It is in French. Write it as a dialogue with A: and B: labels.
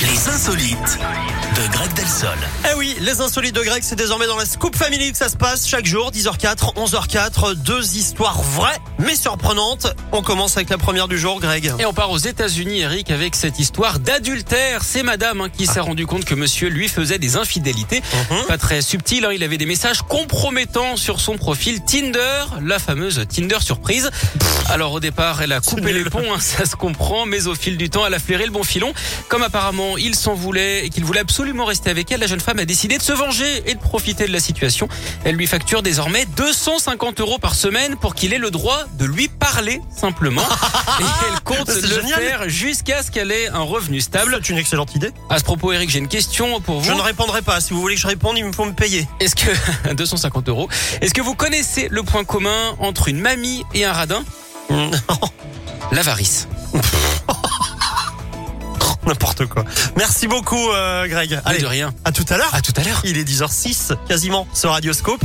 A: Les insolites de Greg Delsol.
B: Eh oui, les insolites de Greg, c'est désormais dans la Scoop Family que ça se passe chaque jour, 10h04, 11h04, deux histoires vraies mais surprenantes. On commence avec la première du jour, Greg.
C: Et on part aux États-Unis, Eric, avec cette histoire d'adultère. C'est madame hein, qui s'est rendu compte que monsieur lui faisait des infidélités.
B: Mhm.
C: Pas très subtil, hein, il avait des messages compromettants sur son profil Tinder, la fameuse Tinder surprise. Alors au départ, elle a coupé les ponts, hein, ça se comprend, mais au fil du temps, elle a flairé le bon filon. Comme apparemment, il s'en voulait et qu'il voulait absolument rester avec elle, la jeune femme a décidé de se venger et de profiter de la situation. Elle lui facture désormais 250 euros par semaine pour qu'il ait le droit de lui parler simplement. Et elle compte
B: C'est
C: le
B: génial.
C: faire jusqu'à ce qu'elle ait un revenu stable.
B: C'est une excellente idée.
C: À ce propos, Eric, j'ai une question pour
B: Je
C: vous.
B: ne répondrai pas. Si vous voulez que je réponde, il me faut me payer.
C: Est-ce que 250 euros Est-ce que vous connaissez le point commun entre une mamie et un radin
B: Non,
C: L'avarice.
B: N'importe quoi. Merci beaucoup, euh, Greg.
C: Mais
B: Allez,
C: de rien.
B: à tout à l'heure.
C: À tout à l'heure.
B: Il est 10h06, quasiment, sur Radioscope.